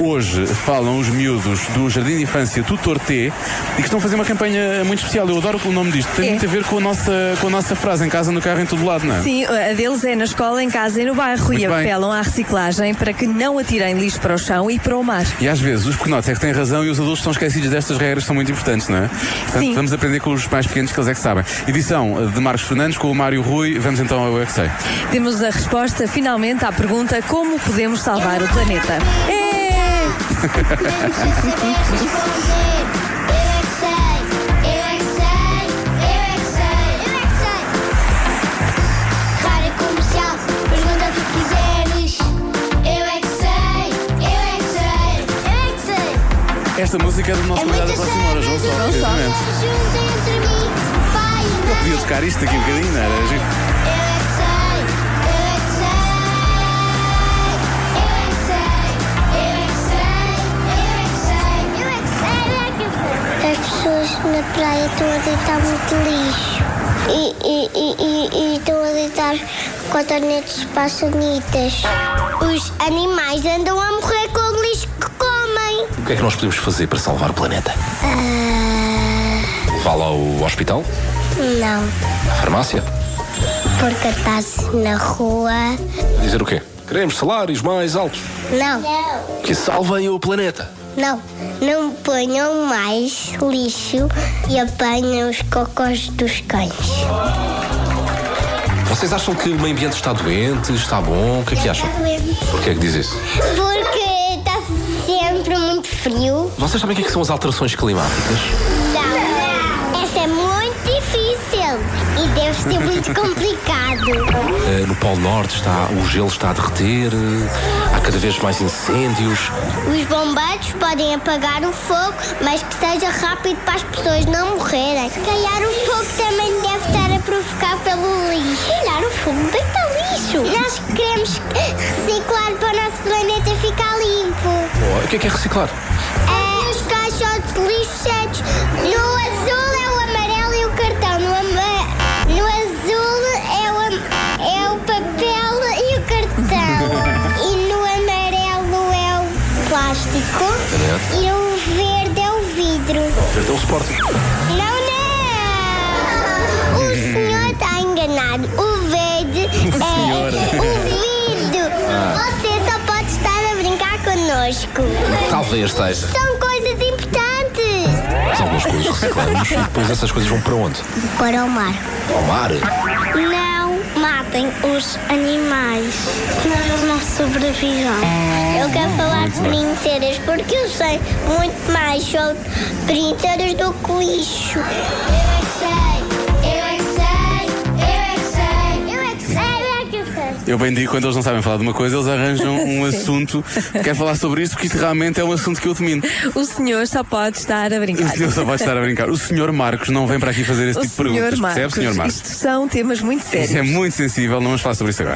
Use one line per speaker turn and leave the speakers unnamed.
hoje falam os miúdos do Jardim de Infância Tutor T e que estão a fazer uma campanha muito especial. Eu adoro o nome disto. Tem
É.
muito a ver com a, nossa, com a nossa frase em casa, no carro, em todo lado, não é?
Sim, a deles é na escola, em casa e no bairro e
Muito bem.
apelam à reciclagem para que não atirem lixo para o chão e para o mar.
E às vezes os pequenotes é que têm razão e os adultos estão esquecidos destas regras, são muito importantes, não é? Portanto,
Sim.
vamos aprender com os mais pequenos que eles é que sabem. Edição eh, de Marcos Fernandes com o Mário Rui. Vamos então ao Eu É Que Sei.
Temos a resposta finalmente à pergunta como podemos salvar o planeta. É!
Esta música é do nosso
É
convidado da
muita
próxima hora, João Sol.
sério, João Sol.
precisamente. Podia tocar isto aqui um bocadinho, não era? Giro.
As pessoas na praia estão a deitar muito lixo e, e, e, e- e estão a deitar cotonetes passanitas. Os animais andam a morrer com o lixo que comem.
O que é que nós podemos fazer para salvar o planeta? Levá-lo ao hospital?
Ah, não,
À farmácia?
porque estás na rua.
Dizer o quê? Queremos salários mais altos
Não. não.
que salvem o planeta.
Não, não ponham mais lixo e apanhem os cocós dos cães.
Vocês acham que o meio ambiente está doente? Está bom? O que é que acham? Porquê é que diz isso?
Porque está sempre muito frio.
Vocês sabem o que, é que são as alterações climáticas?
Não. Essa é muito difícil e deve ser muito complicado.
Eh, no Polo Norte está, o gelo está a derreter, eh, há cada vez mais incêndios.
Os bombeiros podem apagar o fogo, mas que seja rápido para as pessoas não morrerem. Se calhar o fogo também deve estar a provocar pelo lixo. Se calhar o fogo deita lixo. Nós queremos reciclar para o nosso planeta ficar limpo.
Oh, o que é que é reciclar?
É, os caixotes lixados. No azul é o amarelo e o cartão. No, ama- no azul é o, am- é o papel e o cartão. e no amarelo é o plástico.
Certo.
E o verde é o vidro.
É o suporte.
Não, não! O senhor está enganado. O verde
senhor.
é o vidro. Você só pode estar a brincar connosco.
Talvez esteja.
São coisas importantes.
Mas algumas coisas reciclamos e depois essas coisas vão para onde?
Para o mar.
Ao mar?
Não matem os animais, senão eles não sobrevivam. Eu quero falar de brincadeiras porque eu sei muito mais sobre brincadeiras do que lixo. Eu é que sei, eu é que sei, eu é que sei, eu é que sei, eu é que sei.
Eu bem digo, quando eles não sabem falar de uma coisa, eles arranjam um assunto. Quero falar sobre isto, porque isto realmente é um assunto que eu domino.
O senhor só pode estar a
O
brincar.
senhor só pode estar a brincar. O senhor Marcos não vem para aqui fazer esse
O
tipo de perguntas,
senhor
percebe, senhor
Marcos,
Marcos?
isto são temas muito sérios.
Isto é muito sensível, não vamos falar sobre isso agora.